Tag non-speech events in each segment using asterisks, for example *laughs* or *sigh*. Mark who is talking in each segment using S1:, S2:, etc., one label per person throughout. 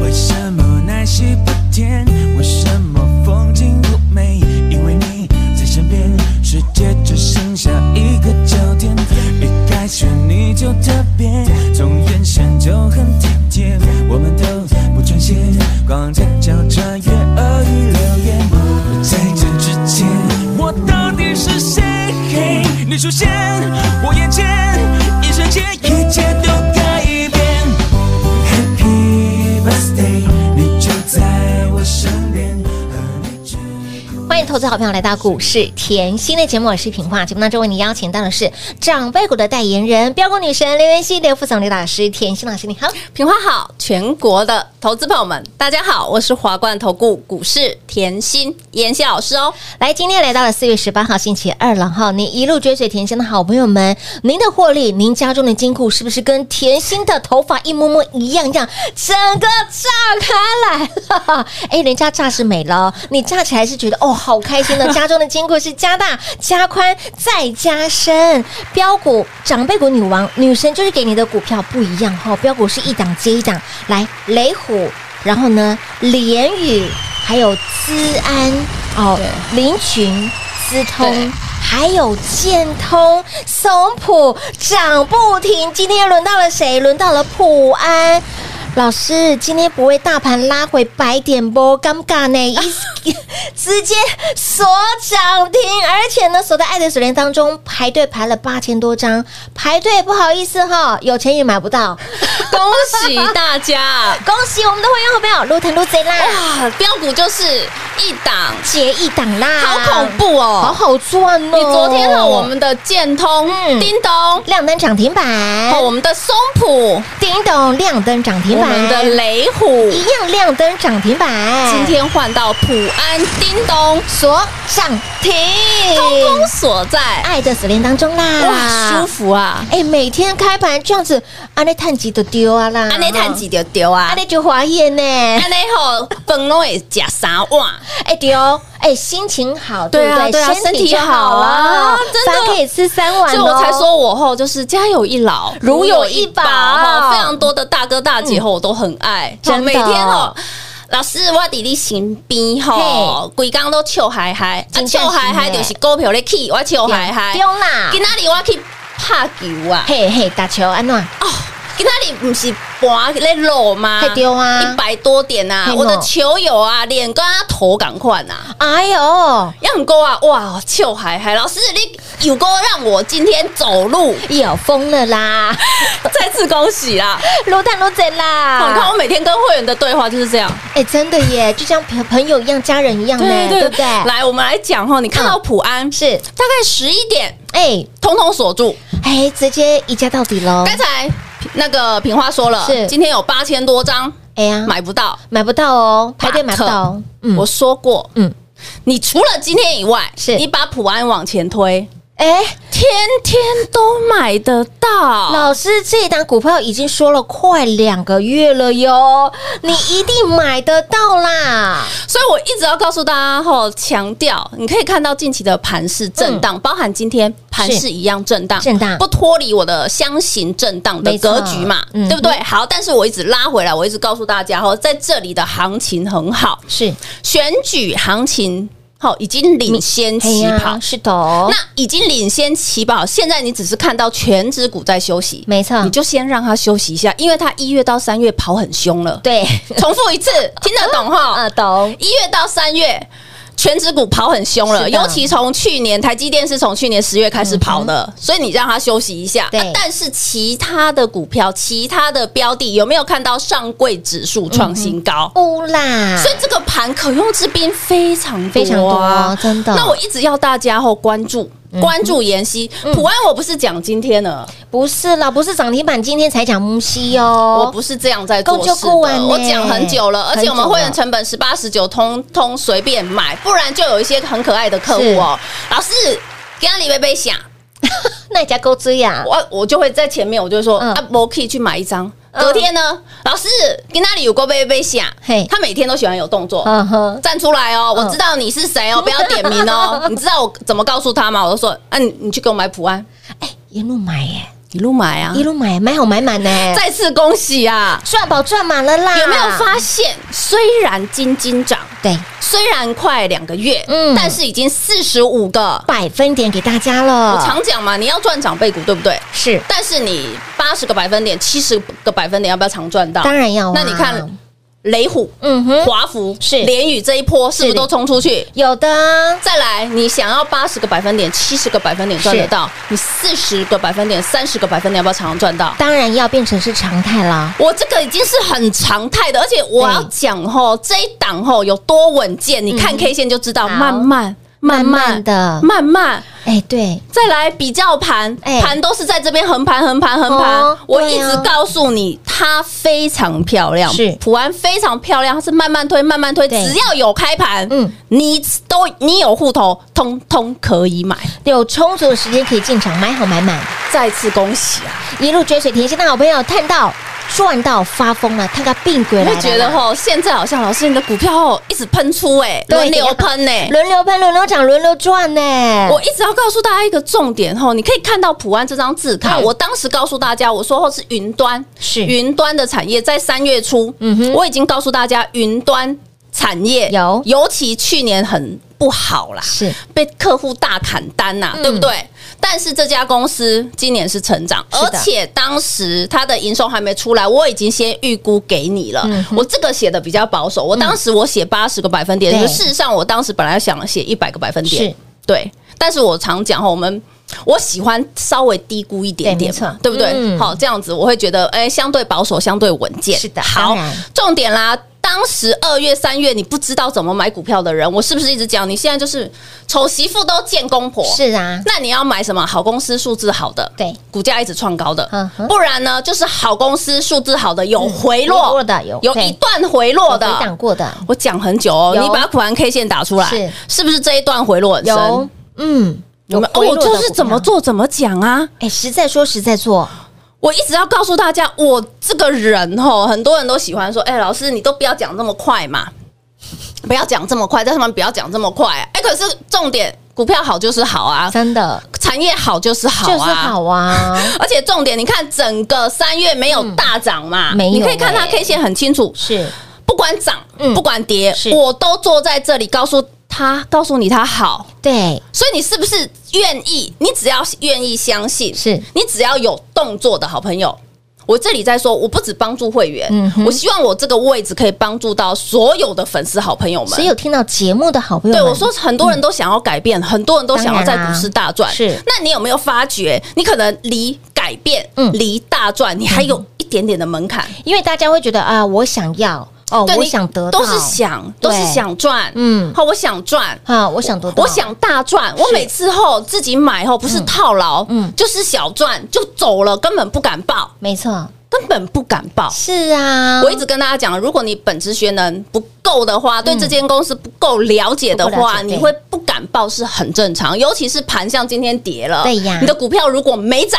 S1: 为什么奶昔不甜？为什么风景不美？因为你在身边，世界只剩下一个焦点。一开始你就特别，从眼神就很体贴。我们都不穿鞋，光着脚穿越耳语流言。在这之前，我到底是谁？嘿，你出现我眼前，一瞬间一切都改变。Happy birthday，你就在我身边。和你之
S2: 欢迎投资好朋友来到股市甜心的节目，我是平化。节目当中为你邀请到的是长辈股的代言人标股女神刘元熙、刘副总、刘老师、甜心老师，你好。
S3: 平花好，全国的投资朋友们，大家好，我是华冠投顾股市甜心妍希老
S2: *laughs*
S3: 师哦。
S2: 来，今天来到了四月十八号星期二了哈，您一路追随甜心的好朋友们，您的获利，您家中的金库是不是跟甜心的头发一摸摸一样样，整个炸开来了？哈哈哎，人家炸是美了哦，你炸起来是觉得哦好开心的，家中的金库是加大、加宽再加深，标股长辈股女王女神就是给你的股票不一样哈、标股是一档接一档，来雷虎，然后呢联宇，还有资安哦。
S3: 对
S2: 林群、资通
S3: 对，
S2: 还有建通、松浦涨不停。今天轮到了谁？轮到了普安。老师，今天不为大盘拉回百点波，尴尬呢，一直接锁涨停，而且呢，锁在爱的锁链当中排队排了八千多张，排队不好意思哈，有钱也买不到。
S3: 恭喜大家
S2: *laughs* ！恭喜我们的会员好朋友，撸腾撸贼啦，
S3: 哇，标股就是一档，
S2: 结一档啦，
S3: 好恐，怖
S2: 好
S3: 哦！
S2: 好赚哦！
S3: 你昨天和我们的建通、
S2: 嗯哎
S3: 叮咚，
S2: 亮灯涨停板，
S3: 和我们的松浦、
S2: 叮咚亮灯涨停
S3: 我
S2: 板，
S3: 们的雷虎，
S2: 一样亮灯涨停板，
S3: 今天换到普安、叮咚，
S2: 锁涨停，
S3: 通通所在，
S2: 爱的锁链当中啦，
S3: 哇，舒！服啊！
S2: 哎，每天开盘这样子，安内探几都丢啊啦，
S3: 安内探几就丢啊
S2: 安！内就华宴呢，
S3: 安内吼，本拢会假啥哇？
S2: 哎丢。哎，心情好，
S3: 对啊
S2: 不
S3: 对啊
S2: 身体
S3: 身体
S2: 就好
S3: 好
S2: 啊
S3: 啊，真的
S2: 饭可以吃三碗哦，
S3: 所以我才说我后就是家有一老，
S2: 如有一宝
S3: 哈非常多的大哥大姐后我都很爱，
S2: 真的
S3: 每天哦。老师，我弟弟身边吼，规工都笑嗨嗨，啊
S2: 真的是
S3: 笑嗨嗨就是股票咧起，我笑
S2: 对
S3: 嗨嗨。
S2: 丢啦
S3: 今，仔日我去拍球啊，哦
S2: 嘿嘿，打球安暖，
S3: 今仔日不是盘咧落吗
S2: 嘿？对啊
S3: 一百多点啊
S2: 嘿！喏
S3: 我的球友啊，脸跟他头赶快啊！
S2: 哎呦，
S3: 杨哥啊，哇，笑嗨嗨！老师，你有够让我今天走路，
S2: 有风了
S3: *laughs*
S2: 啦，
S3: 再次恭喜 *laughs* 啦！
S2: 撸蛋撸贼啦，
S3: 你看我每天跟会员的对话就是这 *laughs* 样，
S2: 哎、真的耶，就像朋朋友一样、家人一样呢，对不对？
S3: 来，我们来讲哈，你看到普安
S2: 是，
S3: 大概十一点，
S2: 哎
S3: 通通锁住。
S2: 哎，直接一价到底喽！
S3: 刚才那个平花说了，
S2: 是
S3: 今天有八千多张
S2: 哎呀，
S3: 买不到，
S2: 买不到哦，排队买不到哦。嗯，
S3: 我说过，
S2: 嗯
S3: 嗯，你除了今天以外，
S2: 是
S3: 你把普安往前推，
S2: 哎，
S3: 天天都买得到。
S2: 老师，这一档股票已经说了快两个月了哟，你一定买得到啦！
S3: 所以我一直要告诉大家吼，强调你可以看到近期的盘势震荡，包含今天盘
S2: 嗯是
S3: 势一样震荡，
S2: 震荡
S3: 不脱离我的箱型震荡的
S2: 没错
S3: 格局嘛，
S2: 嗯
S3: 对不对？好，但是我一直拉回来，我一直告诉大家吼，在这里的行情很好，
S2: 是，
S3: 选举行情好已经领先起
S2: 哎呀
S3: 跑。
S2: 是的哦
S3: 那，已经领先起跑，现在你只是看到全指股在休息，
S2: 没错
S3: 你就先让它休息一下，因为它一月到三月跑很凶了。
S2: 对，
S3: 重复一次，听得懂哈？
S2: 啊，懂，
S3: 一月到三月。全指股跑很凶
S2: 是
S3: 了，
S2: 的
S3: 尤其从去年台积电是从去年十月开始跑的，所以你让它休息一下。
S2: 嗯对
S3: 啊但是其他的股票、其他的标的有没有看到上柜指数创新高？
S2: 乌啦
S3: 所，以这个盘可用之兵非常多啊
S2: 非常多哦真的嗯
S3: 那我一直要大家后关注关注妍希。普安，我不是讲今天了，
S2: 不是啦，不是涨停板，今天才讲木西哦。
S3: 我不是这样在做
S2: 够
S3: 事
S2: 就
S3: 的，
S2: 够完
S3: 我
S2: 呢
S3: 讲很久了，而
S2: 很
S3: 且
S2: 久
S3: 我们会员
S2: 了
S3: 成本十八十九，通通随便买，不然就有一些很可爱的客户哦。老师，跟他李贝贝想，
S2: 那家够追啊呀，
S3: 我我就会在前面，我就会说、
S2: 嗯
S3: 啊，我可以去买一张。
S2: 嗯
S3: 隔天呢，老师跟那里有过贝贝想
S2: 嘿，
S3: 他每天都喜欢有动作，
S2: 嗯哼，
S3: 站出来哦！
S2: 嗯
S3: 我知道你是谁哦，不要点名哦。你知道我怎么告诉他吗？我就说，啊，你你去给我买普安，
S2: 一路买耶，
S3: 一路买啊
S2: 一！路买，买好买满呢，
S3: 再次恭喜啊！
S2: 赚饱赚满了啦。
S3: 有没有发现，虽然金金涨，
S2: 对
S3: 虽然快两个月，
S2: 嗯啊
S3: 但是已经四十五个。
S2: 百分点给大家
S3: 我
S2: 了？
S3: 常讲嘛，你要赚长辈股，对不对？
S2: 是，
S3: 但是你八十个百分点、七十个百分点，要不要常赚到？
S2: 当然要啊。
S3: 那你看，雷虎、
S2: 嗯哼，
S3: 华孚、
S2: 是
S3: 联宇这一波，是不
S2: 是
S3: 是
S2: 的
S3: 都冲出去？
S2: 有的，
S3: 再来，你想要八十个百分点、七十个百分点赚得到，你四十个百分点、三十个百分点要不要常常赚到？
S2: 当然要变成是常态啦。
S3: 我这个已经是很常态的，而且我要讲吼，这一档吼有多稳健，你看 K 线就知道，
S2: 嗯好
S3: 慢慢
S2: 慢慢的
S3: 慢慢。
S2: 哎，对，
S3: 再来比较盘，
S2: 哎
S3: 盘都是在这边横盘、横盘、横
S2: 哦
S3: 盘。我
S2: 对
S3: 一
S2: 啊
S3: 直告诉你，它非常漂亮，
S2: 是
S3: 普安非常漂亮，它是慢慢推、慢慢推，
S2: 对
S3: 只要有开盘，
S2: 嗯
S3: 嗯，你都你有户头，通通可以买。
S2: 有充足的时间可以进场买好买满，
S3: 再次恭喜啊！
S2: 一路追随甜心的好朋友，探到赚到发疯了，探个病鬼
S3: 你
S2: 来
S3: 会
S2: 了
S3: 觉得吼，现在好像老师你的股票吼一直喷出哎、
S2: 对
S3: 轮流喷哎、
S2: 轮流喷、轮流涨、轮流赚呢。
S3: 我一直要告诉大家一个重点吼，你可以看到普安这张字卡，我当时告诉大家，我说后是云端，
S2: 是
S3: 云端的产业，在三月初，
S2: 嗯哼
S3: 我已经告诉大家云端产业
S2: 有
S3: 尤其去年很不好啦，
S2: 是
S3: 被客户大砍单呐、
S2: 嗯
S3: 对不对？但是这家公司今年是成长，
S2: 是
S3: 而
S2: 的
S3: 且当时它的营收还没出来，我已经先预估给你了。
S2: 嗯哼嗯
S3: 我这个写的比较保守，我当时我写八十个百分点，
S2: 对
S3: 就事实上我当时本来想写一百个百分点，
S2: 是
S3: 对。但是我常讲哈，我们我喜欢稍微低估一点点
S2: 对没
S3: 嘛
S2: 错，
S3: 对不对？
S2: 嗯
S3: 好，这样子我会觉得，哎，相对保守，相对稳健。
S2: 是的
S3: 好
S2: 当然，
S3: 重点啦。当时二月、三月，你不知道怎么买股票的人，我是不是一直讲？你现在就是丑媳妇都见公婆，
S2: 是啊，
S3: 那你要买什么好公司、数字好的，
S2: 对，
S3: 股价一直创高的
S2: 嗯哼，
S3: 不然呢，就是好公司、数字好的有回
S2: 有回
S3: 落
S2: 落的有
S3: 有
S2: 对
S3: 一段回落的
S2: 有回，档过的
S3: 我讲很久哦，
S2: 有
S3: 你把普安 K 线打出
S2: 是
S3: 来，是不是这一段回落很深？
S2: 有，嗯，
S3: 有没有？哦
S2: 回
S3: 我
S2: 落的股票
S3: 就是怎么？做啊怎么讲啊！
S2: 哎，实在说实在做，
S3: 我一直要告诉大家，我这个人吼，很多人都喜欢说，哎，老师你都不要讲那么快嘛，不要讲这么快，但是他们不要讲这么快啊。哎，可是重点，股票好就是好啊，
S2: 真的
S3: 产业好就是好啊，
S2: 就是好啊，
S3: *laughs* 而且重点，你看整个三月没有大涨嘛，
S2: 嗯没有
S3: 你可以看它
S2: 欸
S3: K 线很清楚，
S2: 是
S3: 不管涨，
S2: 嗯
S3: 不管跌
S2: 是，
S3: 我都坐在这里告诉他，告诉你它好。
S2: 对，
S3: 所以你是不是愿意？你只要愿意相信，
S2: 是
S3: 你只要有动作的好朋友。我这里在说，我不只帮助会员，
S2: 嗯哼
S3: 我希望我这个位置可以帮助到所有的粉丝好朋友们。
S2: 所以有听到节目的好朋友
S3: 对
S2: 们，
S3: 我说，很多人都想要改变，很多人都想要在股市大赚。
S2: 当然啊是
S3: 那你有没有发觉，你可能离改变
S2: 嗯、
S3: 离大赚，你还有一点点的门槛？
S2: 因为大家会觉得啊，我想要哦，
S3: 对，
S2: 我
S3: 你
S2: 想得到，
S3: 都是想，都是
S2: 对
S3: 想赚。
S2: 嗯
S3: 嗯，好，我想赚。
S2: 啊，我想得到，
S3: 我想大赚，我每次后自己买后不是套牢，
S2: 嗯
S3: 就是小赚就走了，根本不敢报，
S2: 没错，
S3: 根本不敢报。
S2: 是啊，
S3: 我一直跟大家讲，如果你本职学能不够的话，对这间公司不够了解
S2: 嗯
S3: 的
S2: 不够了
S3: 话，
S2: 解对
S3: 你会不敢报是很正常。尤其是盘像今天跌了，
S2: 对呀
S3: 你的股票如果没涨，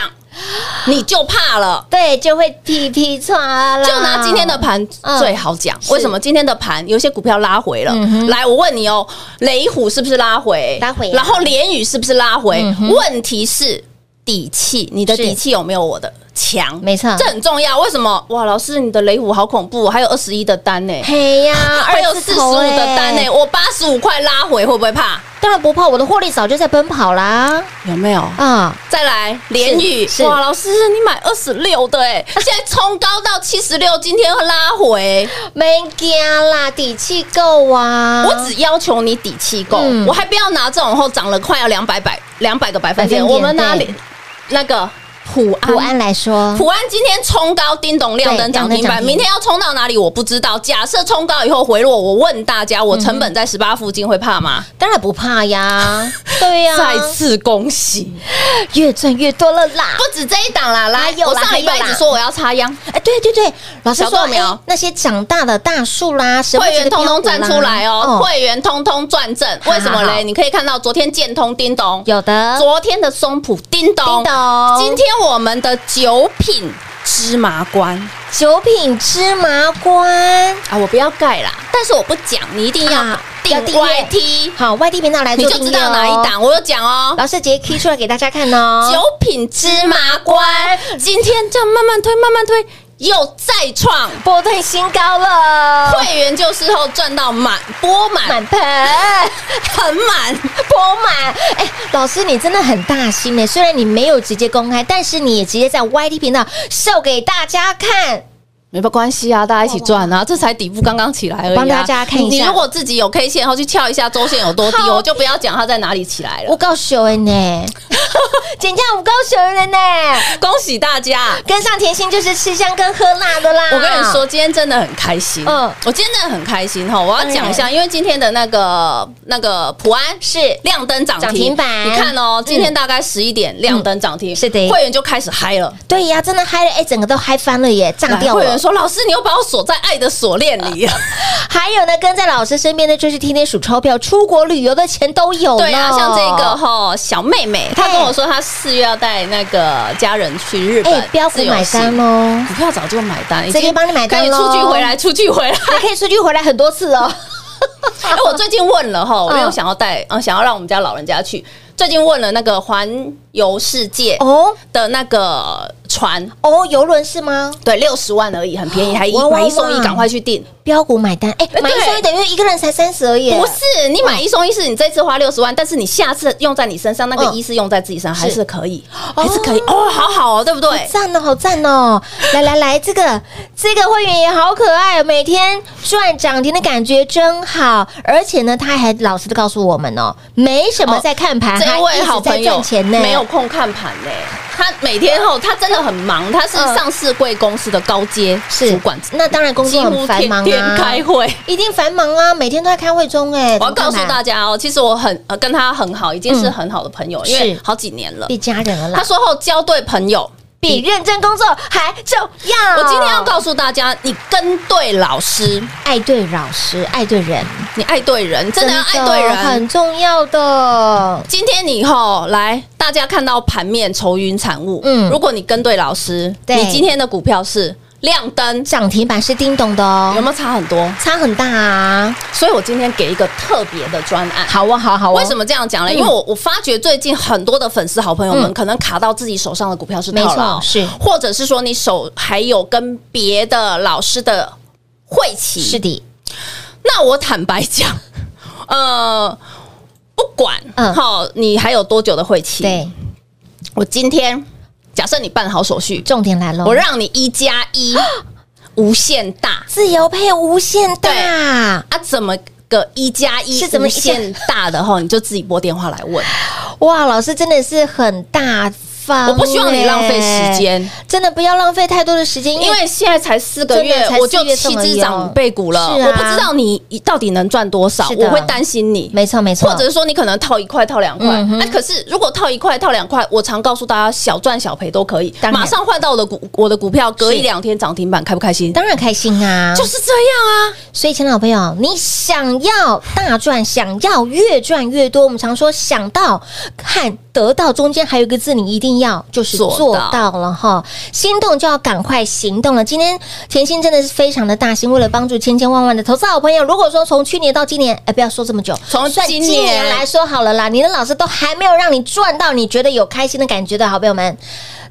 S3: 你就怕了。
S2: 对就会屁屁错啦，嗯
S3: 就拿今天的盘最好讲，
S2: 是
S3: 为什么今天的盘有些股票拉回了？
S2: 嗯哼
S3: 来，我问你哦，雷虎是不是拉回？
S2: 拉回啊
S3: 然后联宇是不是拉回？
S2: 嗯哼
S3: 问题是底气，你的
S2: 是
S3: 底气有没有我的强？
S2: 没错
S3: 这很重要。为什么？哇，老师，你的雷虎好恐怖，还有二十一的单呢、啊
S2: 嘿呀，
S3: *laughs* 还有
S2: 二
S3: 四
S2: 字
S3: 十
S2: 头
S3: 五
S2: 欸
S3: 的单呢、我八十五块拉回会不会怕？
S2: 当然不怕，我的获利早就在奔跑啦
S3: 有没有？
S2: 啊！
S3: 再来联宇
S2: 是，
S3: 哇，老师你买二十六的
S2: *laughs*
S3: 哎、它现在冲高到七十六，今天拉回，
S2: 没加啦，底气够啊！
S3: 我只要求你底气够
S2: 嗯，
S3: 我还不要拿这种后涨了快要两百百两百个百分点，
S2: 百分点
S3: 我们拿
S2: 对
S3: 那个普安
S2: 普安来说，
S3: 普安今天冲高，叮咚亮灯
S2: 对
S3: 涨停
S2: 亮灯涨
S3: 板，
S2: 停
S3: 明天要冲到哪里我不知道。假设冲高以后回落，我问大家，我成
S2: 嗯
S3: 本在十八附近会怕吗？
S2: 当然不怕 *laughs* 呀，对啊呀，
S3: 再次恭喜，
S2: 越赚越多了啦
S3: 不。止这一档啦，
S2: 还
S3: 来，
S2: 有
S3: 我
S2: 啦
S3: 上礼
S2: 还有
S3: 拜一
S2: 啦
S3: 直说我要插秧，
S2: 哎，对对对，老师
S3: 小
S2: 说
S3: 豆苗
S2: 哎那些长大的大树啦，什么
S3: 会员通通站出来哦，会员通通转正，
S2: 好
S3: 为什么
S2: 啊好好
S3: 嘞？你可以看到昨天建通叮咚，
S2: 有的，哦
S3: 昨天的松浦叮
S2: 叮
S3: 咚，
S2: 咚，
S3: 今天我们的九品芝麻官。
S2: 九品芝麻官，
S3: 啊，我不要盖啦，但是我不讲，你一定要哦
S2: 啊
S3: 订
S2: 要订阅
S3: YT，
S2: 好，外地频道来
S3: 你
S2: 做
S3: 就
S2: 订
S3: 知
S2: 阅
S3: 道哪
S2: 哦
S3: 一，档，我有讲哦。
S2: 老师直接 K 出来给大家看哦。
S3: 九品芝麻官，今天这样慢慢推，慢慢推，又再创
S2: 波段新高了，
S3: 会员就事后赚到满波嗯满
S2: 满盆
S3: 盆满，
S2: 波满。哎，老师你真的很大心呢，虽然你没有直接公开，但是你也直接在 YT 频道秀给大家看。
S3: 没关系啊，大家一起赚啊，这才底部刚刚起来而已啊。
S2: 帮大家看一下
S3: 你你如果自己有 K 线，然后去翘一下周线有多低
S2: 好，
S3: 我就不要讲它在哪里起来
S2: 我
S3: 了。
S2: 告诉你
S3: *laughs*
S2: 呢，减价我告诉你呢。
S3: 恭喜大家！
S2: 跟上甜心就是吃香跟喝辣的啦。
S3: 我跟你说，，今天真的很开心。
S2: 嗯
S3: 嗯，我今天真的很开心哈。我要讲一下，因为今天的那个那个普安是亮灯涨停
S2: 涨停板嗯
S3: 你看哦，今天大概十一点亮灯涨停，
S2: 是的
S3: 会员就开始嗨了。
S2: 对呀，真的嗨了，哎，整个都嗨翻了耶，
S3: 来
S2: 炸掉
S3: 会员
S2: 了。呃
S3: 说：“老师，你又把我锁在爱的锁链里。
S2: 还有呢，跟在老师身边的就是天天数钞票，出国旅游的钱都”有呢。
S3: *laughs* 对啊，像这个哈小妹妹，她
S2: 嘿
S3: 跟我说她四月要带那个家人去日
S2: 哎
S3: 本，
S2: 标股买单哦
S3: 喽， *laughs*
S2: 喽，
S3: 股票早就买单，已
S2: 直接
S3: 经
S2: 帮你买单
S3: 可以出去
S2: 咯
S3: 回来，出去回来。
S2: 还哎可以出去回来很多次
S3: *laughs*
S2: 哦。
S3: 哎、我最近问了哈，我
S2: 嗯
S3: 又想要带，嗯、想要让我们家老人家去。最近问了那个环游世界
S2: 哦
S3: 的那个船，
S2: 哦，游轮是吗？
S3: 对，六十万而已，很便宜，还一
S2: 哇哇
S3: 买一送一，
S2: 哇
S3: 赶快去订。
S2: 标股买单，哎，
S3: 哎
S2: 买一
S3: 对
S2: 送一等于一个人才三十而已。
S3: 不是，你买一送一是你这次花六十万，但是你下次用在你身上，那个
S2: 嗯
S3: 一是用在自己身上，还
S2: 是
S3: 是可以，还是可以哦，好好哦，对不对？
S2: 赞哦，好赞哦！ *laughs* 来来来，这个这个会员也好可爱，每天赚涨停的感觉真好。而且呢，他还老实的告诉我们哦，没什么在看盘，
S3: 这
S2: 啊还一
S3: 位
S2: 直
S3: 好
S2: 在
S3: 朋友
S2: 赚钱呢。
S3: 没有空看盘呢、他每天后他真的很忙，他是
S2: 嗯
S3: 上市贵公司的高阶
S2: 是
S3: 主管，
S2: 那当然工
S3: 几
S2: 作
S3: 乎
S2: 很繁
S3: 天
S2: 忙
S3: 天
S2: 啊
S3: 开，会。
S2: 一定繁忙啊，每天都在开会中哎。
S3: 我要告诉大
S2: 家，
S3: 家哦，其实我很呃跟他很好，已经是很好的朋友，
S2: 嗯
S3: 因为
S2: 是
S3: 好几年了
S2: 比。家人了
S3: 他
S2: 啦，
S3: 说后交对朋友，
S2: 比认真工作还重要。
S3: 我今天要告诉大家，你跟对老师，
S2: 爱对老师，爱对人，
S3: 你爱对人，真的要爱对人。
S2: 很重要的。
S3: 今天你吼来，大家看到盘面愁云惨雾，
S2: 嗯
S3: 嗯，如果你跟对老师，
S2: 对
S3: 你今天的股票是亮灯，
S2: 涨停板是叮咚的哦
S3: 有，没有差很多？
S2: 差很大啊！
S3: 所以我今天给一个特别的专案。
S2: 好啊，好好
S3: 为什么这样讲呢？因为我我发觉最近很多的粉丝好朋友
S2: 嗯
S3: 们可能卡到自己手上的股票是
S2: 没
S3: 套
S2: 错
S3: 牢，，
S2: 是
S3: 或者是说你手还有跟别的老师的会期。
S2: 是，的，
S3: 那我坦白讲， *laughs* 呃，不管
S2: 嗯
S3: 好、你还有多久的会期，
S2: 对，
S3: 我今天假设你办好手续，
S2: 重点来了，
S3: 我让你一加
S2: *gasps*
S3: 一无限大
S2: 自由配无限大，
S3: 啊，怎么？个一加一
S2: 是怎么
S3: 无限大的哈，你就自己拨电话来问。
S2: 哇，老师真的是很大方，欸
S3: 我不希望你浪费时，间，
S2: 真的不要浪费太多的时间，
S3: 因为现在才四个
S2: 真
S3: 月
S2: 的才，
S3: 我就
S2: 四月份
S3: 七
S2: 而已
S3: 只
S2: 哦
S3: 长辈股了，
S2: 是啊
S3: 我不知道你到底能赚多少，
S2: 是的
S3: 我会担心你。
S2: 没错没错，
S3: 或者是说你可能套一块、套两块，哎、
S2: 嗯哼
S3: 可是如果套一块、套两块，我常告诉大家，小赚小赔都可以
S2: 当，然
S3: 马上换到我的股，我的股票隔一
S2: 是
S3: 两天涨停板，开不开心？
S2: 当然开心啊，
S3: 就是这样啊，
S2: 所以，亲爱的朋友，你想要大赚，想要越赚越多，我们常说想到和得到中间还有一个字，你一定要就是
S3: 做到
S2: 做到了哈。心动就要赶快行动了。今天甜心真的是非常的大心，为了帮助千千万万的投资好朋友，如果说从去年到今年，哎、不要说这么久，
S3: 从
S2: 算
S3: 今
S2: 今年
S3: 年
S2: 来说好了啦，你的老师都还没有让你赚到你觉得有开心的感觉的好朋友们，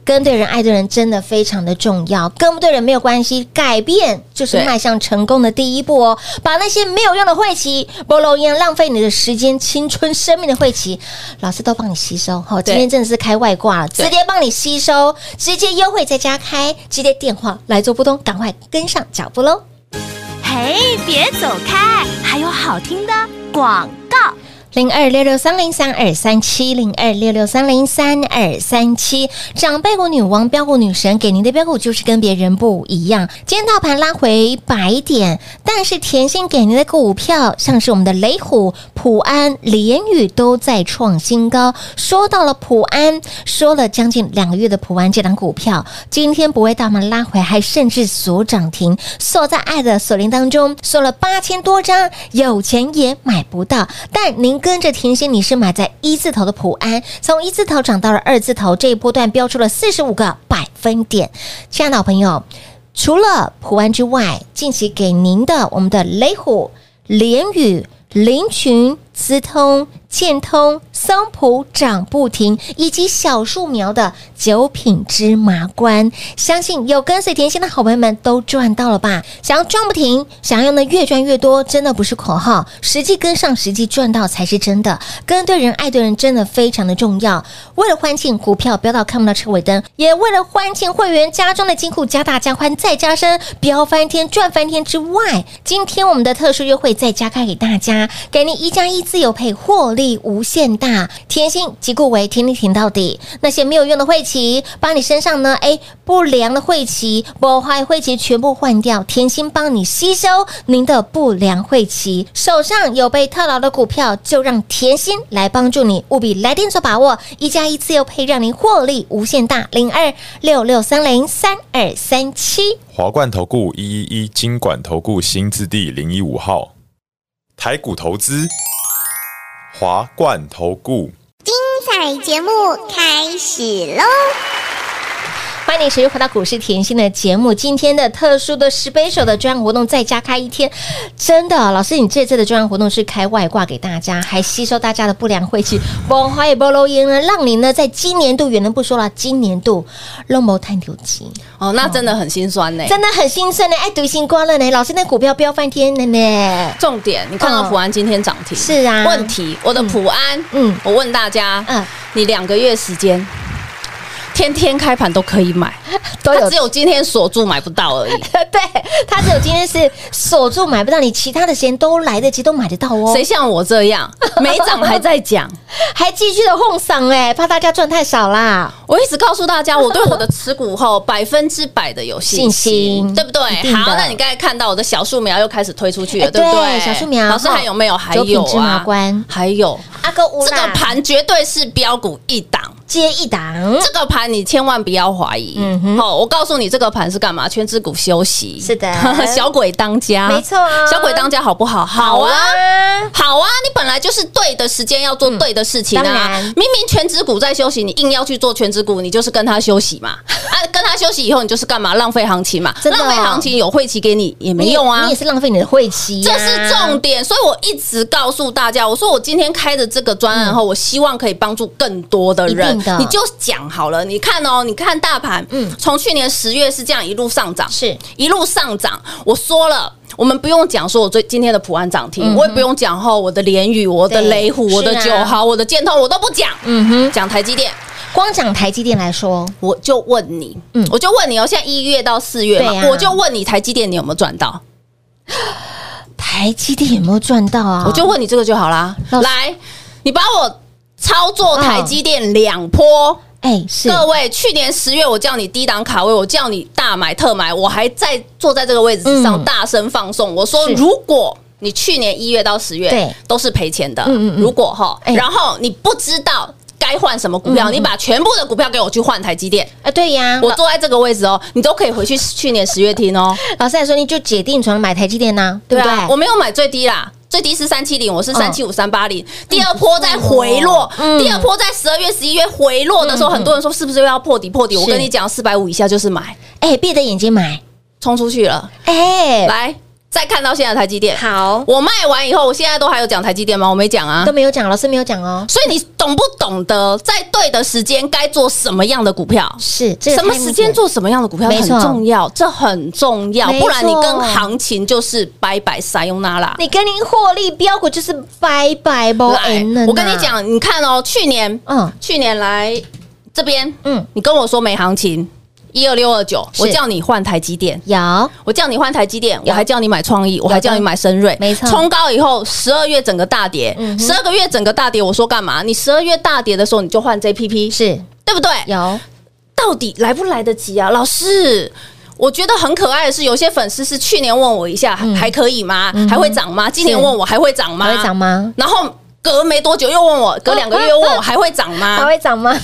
S2: 跟对人、爱对人真的非常的重要，跟不对人没有关系，改变就是
S3: 对
S2: 迈向成功的第一步哦。把那些没有用的晦气、不漏烟、浪费你的时间、青春、生命的晦气，老师都帮你吸收。好、今
S3: 对
S2: 天真的是开外挂了，直
S3: 对
S2: 接帮你吸收，直接优惠再加开，直接电话来做不通，赶快跟上脚步喽。
S4: 嘿，别走开，还有好听的广告。
S2: 零二六六三零三二三七零二六六三零三二三七。长辈股女王标股女神给您的标股就是跟别人不一样。今天大盘拉回百点，但是甜心给您的股票，像是我们的雷虎、普安、联宇都在创新高。说到了普安，说了将近两个月的普安这档股票，今天不为大盘拉回，还甚至锁涨停，锁在爱的锁铃当中，锁了八千多张，有钱也买不到。但您跟着甜心，你是买在一字头的普安，从一字头涨到了二字头，这一波段标出了四十五个百分点。亲爱的好朋友，除了普安之外，近期给您的我们的雷虎、联宇、林群、资通、建通、桑普涨不停，以及小树苗的九品芝麻官，相信有跟随甜心的好朋友们都赚到了吧？想要赚不停，想要呢越赚越多，真的不是口号，实际跟上，实际赚到才是真的。跟对人，爱对人，真的非常的重要。为了欢庆股票飙到看不到车尾灯，也为了欢庆会员家中的金库加大加宽再加深，飙翻天赚翻天之外，今天我们的特殊优惠再加开给大家，给您一加一自由配，获利无限大。甜心即顾为天天挺到底，那些没有用的晦气，把你身上呢哎不良的晦气、哎不坏晦气全部换掉，甜心帮你吸收您的不良晦气。手上有被套牢的股票，就让甜心来帮助你，务必来电做把握，一加一自由配，让您获利无限大。零二六六三零三二三七。
S5: 华冠投顾一一一金管投顾新字第零一五号，台股投资，华冠投顾。
S6: 彩节目开始喽！
S2: 欢迎你持续回到股市甜心的节目。今天的特殊的十杯手的专案活动再加开一天，真的，老师，你这次的专案活动是开外挂给大家，还吸收大家的不良晦气，不花也不漏烟呢，让您呢在今年度远的不说了，今年度龙谋探头机
S3: 哦，那真的很心酸呢。
S2: 真的很兴盛呢，爱读心光了呢。老师，那股票飙翻天了呢。
S3: 重点，你看到
S2: 嗯
S3: 普安今天涨停，
S2: 是啊
S3: 问题，我的普安，
S2: 嗯
S3: 嗯，我问大家，
S2: 嗯
S3: 嗯，你两个月时间，天天开盘都可以买，
S2: *laughs* 都有
S3: 它只有今天锁住买不到而已。
S2: 对，他只有今天是锁住买不到，你其他的时间都来得及，都买得到哦。
S3: 谁像我这样，没涨还
S2: *laughs*
S3: 在讲？
S2: 还继续的哄嗓哎，怕大家赚太少啦。
S3: 我一直告诉大家，我对我的持股后百分之百的有
S2: 信
S3: 信心，
S2: 心
S3: 对不对
S2: 一？定的
S3: 好，那你刚才看到我的小树苗又开始推出去
S2: 哎
S3: 了，对不
S2: 对
S3: 对？
S2: 小树苗
S3: 老师还有没有？还
S2: 九品
S3: 有
S2: 芝麻
S3: 啊
S2: 官，
S3: 还有
S2: 阿哥乌
S3: 这个
S2: 啦，
S3: 盘绝对是标股一档。
S2: 接一档，
S3: *laughs* 这个盘你千万不要怀疑。
S2: 嗯
S3: 嗯
S2: 哼
S3: 好、我告诉你这个盘是干嘛？全指股休息。
S2: 是的
S3: *laughs* 小鬼当家，
S2: 没错啊
S3: 小鬼当家好不好？好啊。
S2: 啊，
S3: 好啊，你本来就是对的时间要做对的事情
S2: 嗯当
S3: 啊！
S2: 然
S3: 明明全指股在休息，你硬要去做全指股，你就是跟他休息嘛。 *laughs* 啊，跟他休息以后，你就是干嘛？浪费行情嘛。
S2: 真的哦
S3: 浪费行情有晦气给你也没用啊。
S2: 你也是浪费你的晦气呀，
S3: 这是重点，所以我一直告诉大家，我说我今天开的这个专案后，我希望可以帮助更多的
S2: 嗯一
S3: 人
S2: 定的。
S3: 你就讲好了，你看哦，你看大盘，
S2: 嗯
S3: 嗯，从去年十月是这样一路上涨，
S2: 是
S3: 一路上涨。我说了。我们不用讲，说我最今天的普安涨停，我也不用讲后我的联宇、我的
S2: 嗯对
S3: 雷虎、我的
S2: 是啊
S3: 九豪、我的建通，我都不讲。
S2: 嗯哼，
S3: 讲台积电，
S2: 光讲台积电来说，
S3: 我就问你，
S2: 嗯
S3: 我就问你哦，现在一月到四月嘛
S2: 对，啊
S3: 我就问你台积电你有没有赚到？
S2: 台积电有没有赚到啊？
S3: 我就问你这个就好啦。
S2: 老师
S3: 来，你把我操作台积电两波。
S2: 哎，嗯是
S3: 各位，去年十月我叫你低档卡位，我叫你大买特买，我还在坐在这个位置上
S2: 嗯
S3: 大声放送。我说
S2: 是，
S3: 如果你去年一月到十
S2: 对
S3: 月都是赔钱的，
S2: 嗯嗯嗯
S3: 如果哈，
S2: 哎
S3: 然后你不知道该换什么股
S2: 嗯
S3: 票，
S2: 嗯
S3: 你把全部的股票给我去换台积电。
S2: 啊，对呀，
S3: 我坐在这个位置哦，你都可以回去去年十月听哦。
S2: 老师来说，你就解定存买台积电呐，对不对？
S3: 啊我没有买最低啦。最低是三七零，我是三七五三八零。第二波在
S2: 不错哦
S3: 回落，
S2: 嗯
S3: 第二波在十二月、十一月回落的时候，很多人说是不是又要破底？破底！我
S2: 是
S3: 跟你讲，四百五以下就是买，
S2: 哎，闭着眼睛买，
S3: 冲出去了。
S2: 哎，
S3: 来，再看到现在的台积电，
S2: 好，
S3: 我卖完以后，我现在都还有讲台积电吗？我没讲啊
S2: 都。没有讲，老师没有讲哦，
S3: 所以你懂不懂得在对的时间该做什么样的股票？
S2: 是这个
S3: 什么
S2: 太明
S3: 时
S2: 显
S3: 间做什么样的股票
S2: 没
S3: 很
S2: 错
S3: 重要，这很重要，
S2: 没
S3: 不然你
S2: 错
S3: 跟行情就是拜拜撒用那啦。
S2: 你跟您获利标股就是拜拜不
S3: 来
S2: N 了。，
S3: 我跟你，讲，你看哦，去年，
S2: 哎啊嗯
S3: 去年来这边，
S2: 嗯
S3: 嗯，你跟我说没行情，一二六二九，
S2: 是
S3: 我叫你换台积电。
S2: 有
S3: 我叫你换台积电，我还叫你买创意，我还叫你买深瑞，
S2: 没错
S3: 冲高以后，十二月整个大跌，
S2: 嗯哼
S3: 十二个月整个大跌，我说干嘛？你十二月大跌的时候你就换 JPP，
S2: 是
S3: 对不对？
S2: 有
S3: 到底来不来得及啊？老师，我觉得很可爱的是，有些粉丝是去年问我一下，还还可以吗？还会涨吗？今年
S2: 是
S3: 问我还会涨吗？
S2: 嗯还会涨吗？
S3: 然后隔没多久又问我，隔两个月又问我还会涨吗？
S2: *laughs* 还会涨吗？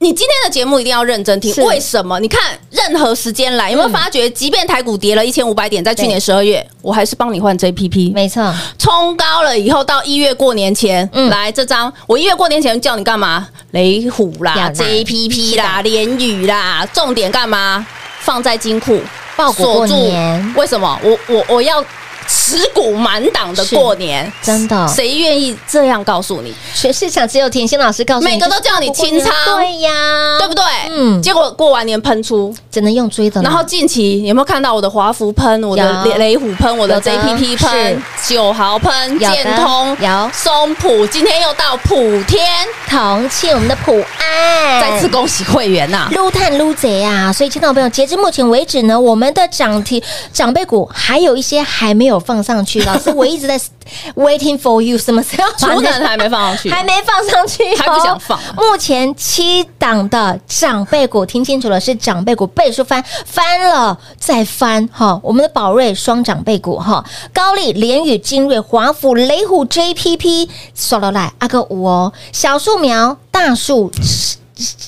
S3: 你今天的节目一定要认真听
S2: 是，
S3: 为什么？你看任何时间来，有没有发觉，即便台股跌了一千五百点，在去年十二月，我还是帮你换 JPP，
S2: 没错，
S3: 冲高了以后到一月过年前，
S2: 嗯
S3: 来这张，我一月过年前叫你干嘛？雷虎
S2: 呀
S3: 啦
S2: 啦
S3: ，JPP
S2: 啊
S3: 啦，联宇啦，重点干嘛？放在金库，
S2: 报国过年
S3: 为什么？我我我要持股满档的
S2: 是哦
S3: 过年，
S2: 真的
S3: 谁愿意这样告诉你？
S2: 全市场只有甜心老师告诉你，
S3: 每个都叫你清仓
S2: 对呀，
S3: 对不对？
S2: 嗯
S3: 结果过完年喷出，
S2: 只能用追的了，
S3: 然后近期有没有看到我的华孚喷，我的
S2: 有
S3: 雷雷虎喷，我
S2: 有
S3: 的
S2: 的
S3: JPP 喷，九豪喷，
S2: 有的
S3: 建通
S2: 有
S3: 松浦，今天又到普天，
S2: 同庆我们的普安，
S3: 再次恭喜会
S2: *laughs*
S3: 员呐、
S2: 撸探撸贼啊！所以，亲爱的朋友，截至目前为止呢，我们的涨停长辈股还有一些还没有放上去。老师，我一直在 *laughs* waiting for you，什么时候把
S3: 储
S2: 那
S3: 能还没放上去，
S2: 还没放上去、哦，
S3: 还不想放啊
S2: 目前七档的长辈股，听清楚了，是长辈股倍数翻，翻了再翻哈、我们的宝瑞双长辈股哈、高丽、联宇、精锐、华府、雷虎、JPP、刷罗来阿哥五哦，小树苗、大树。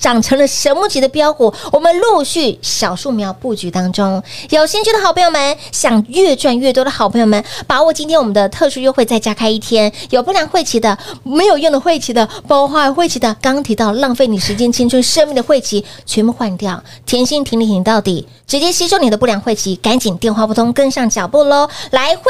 S2: 长成了神木级的标股，我们陆续小树苗布局当中。有兴趣的好朋友们，想越赚越多的好朋友们，把握今天我们的特殊优惠再加开一天，有不良晦气的、没有用的晦气的、包坏晦气的，刚刚提到浪费你时间、青春、生命的晦气，全部换掉，甜心挺你挺到底，直接吸收你的不良晦气，赶紧电话不通，跟上脚步喽！来会。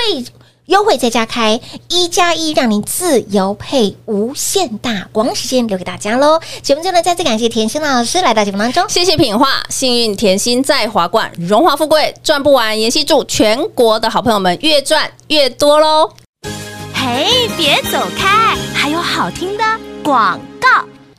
S2: 优惠再加开，一加一让您自由配无限大，光时间留给大家喽。节目最后呢，再次感谢甜心老师来到节目当中。
S3: 谢谢品画，幸运甜心在华冠，荣华富贵赚不完。妍希祝全国的好朋友们越赚越多喽！
S4: 嘿，别走开，还有好听的广告。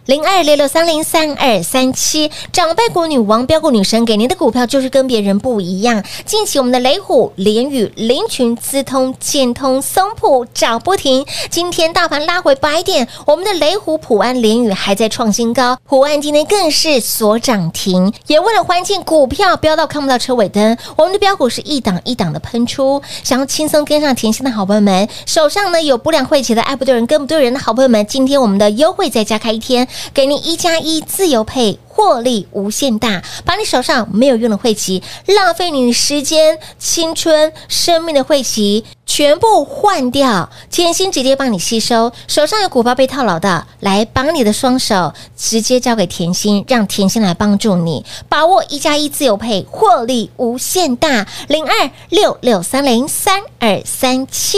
S2: 零二六六三零三二三七，长辈股女王标股女神给您的股票就是跟别人不一样。近期我们的雷虎、联宇、林群、资通、建通、松浦涨不停。今天大盘拉回百点，我们的雷虎、普安、联宇还在创新高，普安今天更是所涨停。也为了欢庆股票飙到看不到车尾灯，我们的标股是一档一档的喷出。想要轻松跟上甜心的好朋友们，手上呢有不良晦气的爱不对人跟不对人的好朋友们，今天我们的优惠再加开一天，给您一加一自由配。获利无限大，把你手上没有用的晦气，浪费你时间、青春、生命的晦气，全部换掉。甜心直接帮你吸收，手上有股票被套牢的，来把你的双手直接交给甜心，让甜心来帮助你，把握一加一自由配，获利无限大。零二六六三零三二三七。